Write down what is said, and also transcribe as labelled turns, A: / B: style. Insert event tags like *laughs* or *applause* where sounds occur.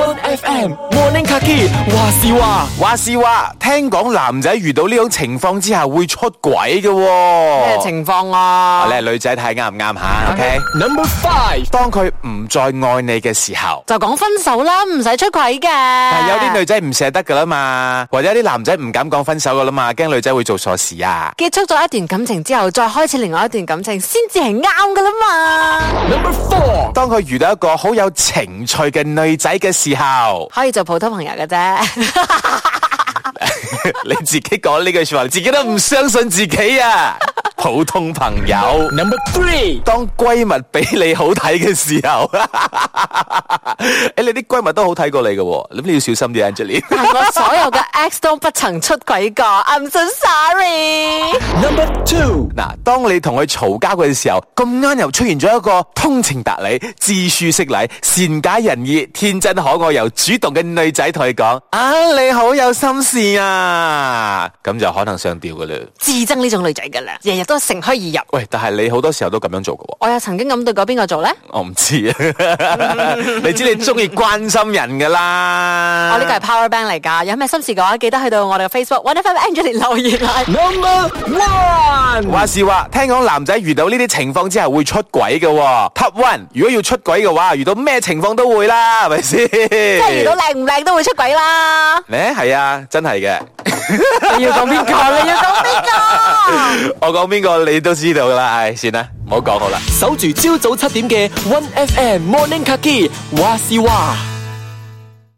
A: F.M. Morning Kaki，話事話
B: 話是話，聽講男仔遇到呢種情況之下會出軌嘅喎、
C: 咩情況
B: 啊
C: 啊？
B: 你係女仔睇啱唔啱吓？OK，
A: Number Five，
B: 當佢唔再愛你嘅時候。
C: 就講分手啦，唔使出軌嘅。
B: 但
C: 係
B: 有啲女仔唔捨得噶啦嘛，或者有啲男仔唔敢講分手噶啦嘛，驚女仔會做傻事啊！
C: 結束咗一段感情之後，再開始另外一段感情，先至係啱噶啦嘛。，
A: Number Four，
B: 當佢遇到一個好有情趣嘅女仔嘅時候 *laughs*
C: 可以做普通朋友嘅啫。
B: 你自己講呢句說話，你自己都唔相信自己啊！普通朋友，
A: Number Three，
B: 當閨蜜比你好睇嘅時候， *laughs* 誒、你啲閨蜜都好睇過你嘅喎，咁你要小心啲，Angeline。啊
C: 但係 *laughs* 我所有嘅 ex 都不曾出軌過，I'm so sorry。
A: Number Two，
B: 嗱，當你同佢嘈交嘅時候，咁啱又出現咗一個通情達理、知書識禮、善解人意、天真可愛又主動嘅女仔同佢講：啊，你好有心事啊！咁就可能上吊噶啦。
C: 至憎呢種女仔噶啦，日日都乘虛而入。
B: 喂，但係你好多時候都咁樣做嘅喎，
C: 我又曾經咁對過邊個做呢？
B: 我唔知啊。 *laughs* 你知你中意關心人噶啦。
C: 哦我呢個係 Power Bank 嚟㗎，有咩心事嘅話，記得去到我哋嘅 Facebook One FM Angeline 留言啦。
B: *laughs*
A: Number One，
C: 嗯
B: 話是話，聽講男仔遇到呢啲情況之後會出軌嘅喎。Top one，如果要出軌嘅話，遇到咩情況都會啦，係咪先？。
C: 即係遇到靚唔靚都會出軌啦
B: *laughs* 咧係啊，真係嘅。
C: 你要講邊個？你要講邊
B: *laughs*
C: 個？
B: 我講邊個你都知道噶啦，唉，算啦，唔好講好啦。
A: 守住朝早七點嘅 One FM Morning Kaki，話事話。